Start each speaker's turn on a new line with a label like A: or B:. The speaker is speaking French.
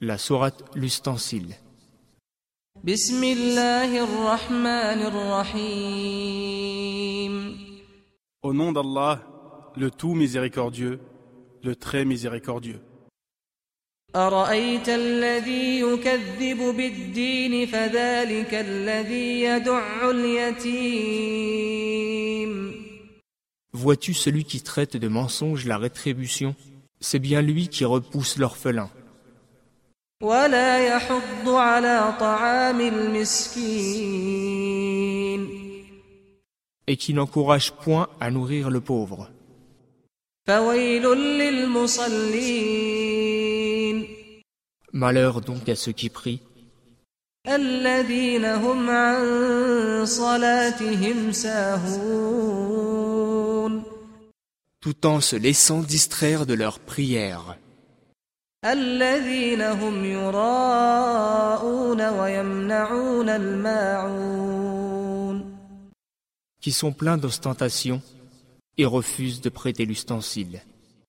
A: La sourate L'ustensile.
B: بسم الله الرحمن الرحيم
C: Au nom d'Allah, le tout miséricordieux, le très miséricordieux.
B: أرأيت الذي يكذب بالدين فذلك الذي يدع اليتيم
A: Vois-tu celui qui traite de mensonge la rétribution C'est bien lui qui repousse l'orphelin
B: ولا يحض على طعام المسكين
A: et qui n'encourage point à nourrir le pauvre.
B: فويل للمصلين
A: Malheur donc à ceux qui prient,
B: الذين هم عن صلاتهم ساهون
A: tout en se laissant distraire de leurs prières,
B: الذين هم يراءون ويمنعون الماعون
A: qui sont pleins d'ostentation et refusent de prêter l'ustensile.